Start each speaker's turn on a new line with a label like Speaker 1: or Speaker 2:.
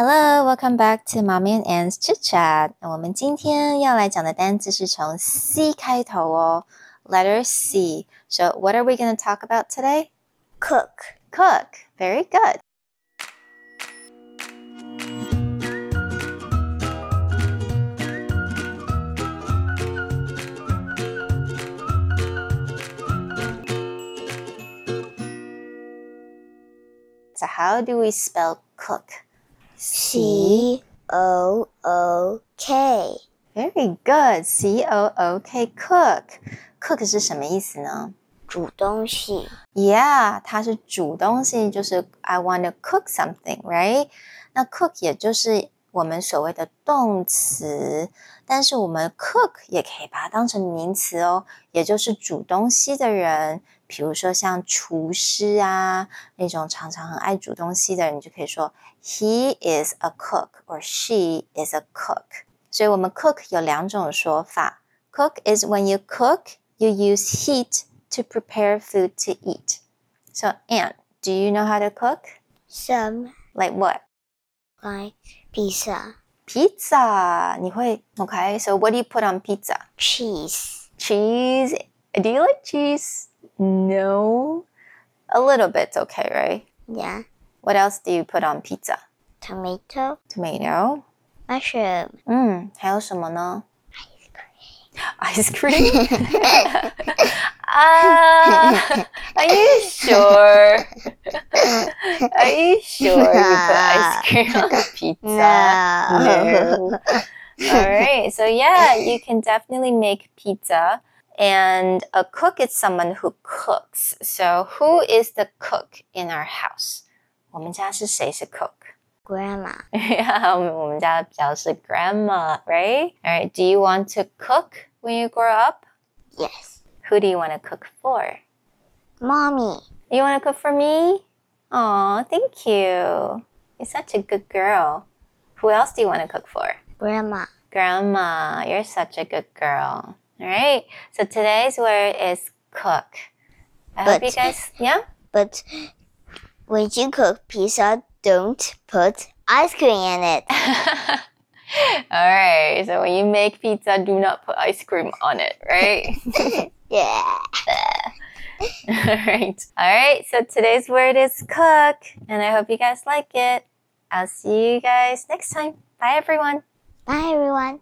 Speaker 1: Hello, welcome back to Mommy and Anne's Chit Chat。我们今天要来讲的单词是从 C 开头哦，letter C。So what are we going to talk about today?
Speaker 2: Cook.
Speaker 1: Cook. Very good. So how do we spell cook?
Speaker 2: C O O K.
Speaker 1: Very good. C O O K cook. Cook 是什么意思呢
Speaker 2: 煮东西。
Speaker 1: ？Yeah，它是煮东西，就是 I want to cook something，right？那 cook 也就是我们所谓的动词，但是我们 cook 也可以把它当成名词哦，也就是煮东西的人。比如说像厨师啊，那种常常很爱煮东西的人，你就可以说 He is a cook or she is a cook。所以我们 cook 有两种说法。Cook is when you cook, you use heat to prepare food to eat. So, Anne, do you know how to cook?
Speaker 2: Some
Speaker 1: Like what?
Speaker 2: like pizza,
Speaker 1: Pizza. 你会 Okay. So, what do you put on pizza?
Speaker 2: cheese.
Speaker 1: Cheese. Do you like cheese? No. A little bit's okay, right?
Speaker 2: Yeah.
Speaker 1: What else do you put on pizza?
Speaker 2: Tomato,
Speaker 1: Tomato.
Speaker 2: mushroom,
Speaker 1: 嗯，还有什么呢
Speaker 2: ice cream.
Speaker 1: ？Ice cream 啊、a r e you sure? Are you sure you put ice cream on pizza?
Speaker 2: No.
Speaker 1: All right. So yeah, you can definitely make pizza. And a cook is someone who cooks. So who is the cook in our house? 我们家是谁是 cook？
Speaker 2: Grandma.
Speaker 1: yeah, 我们家比较是 grandma, right? All right. Do you want to cook when you grow up?
Speaker 2: Yes.
Speaker 1: Who do you want to cook for?
Speaker 2: Mommy.
Speaker 1: You want to cook for me? Aw, thank you. You're such a good girl. Who else do you want to cook for?
Speaker 2: Grandma.
Speaker 1: Grandma, you're such a good girl. All right. So today's word is cook. I hope
Speaker 2: But-
Speaker 1: you guys, yeah.
Speaker 2: But when you cook pizza, don't put ice cream in it.
Speaker 1: All right. So when you make pizza, do not put ice cream on it, right?
Speaker 2: Yeah.
Speaker 1: All right. All right. So today's word is cook, and I hope you guys like it. I'll see you guys next time. Bye, everyone.
Speaker 2: Bye, everyone.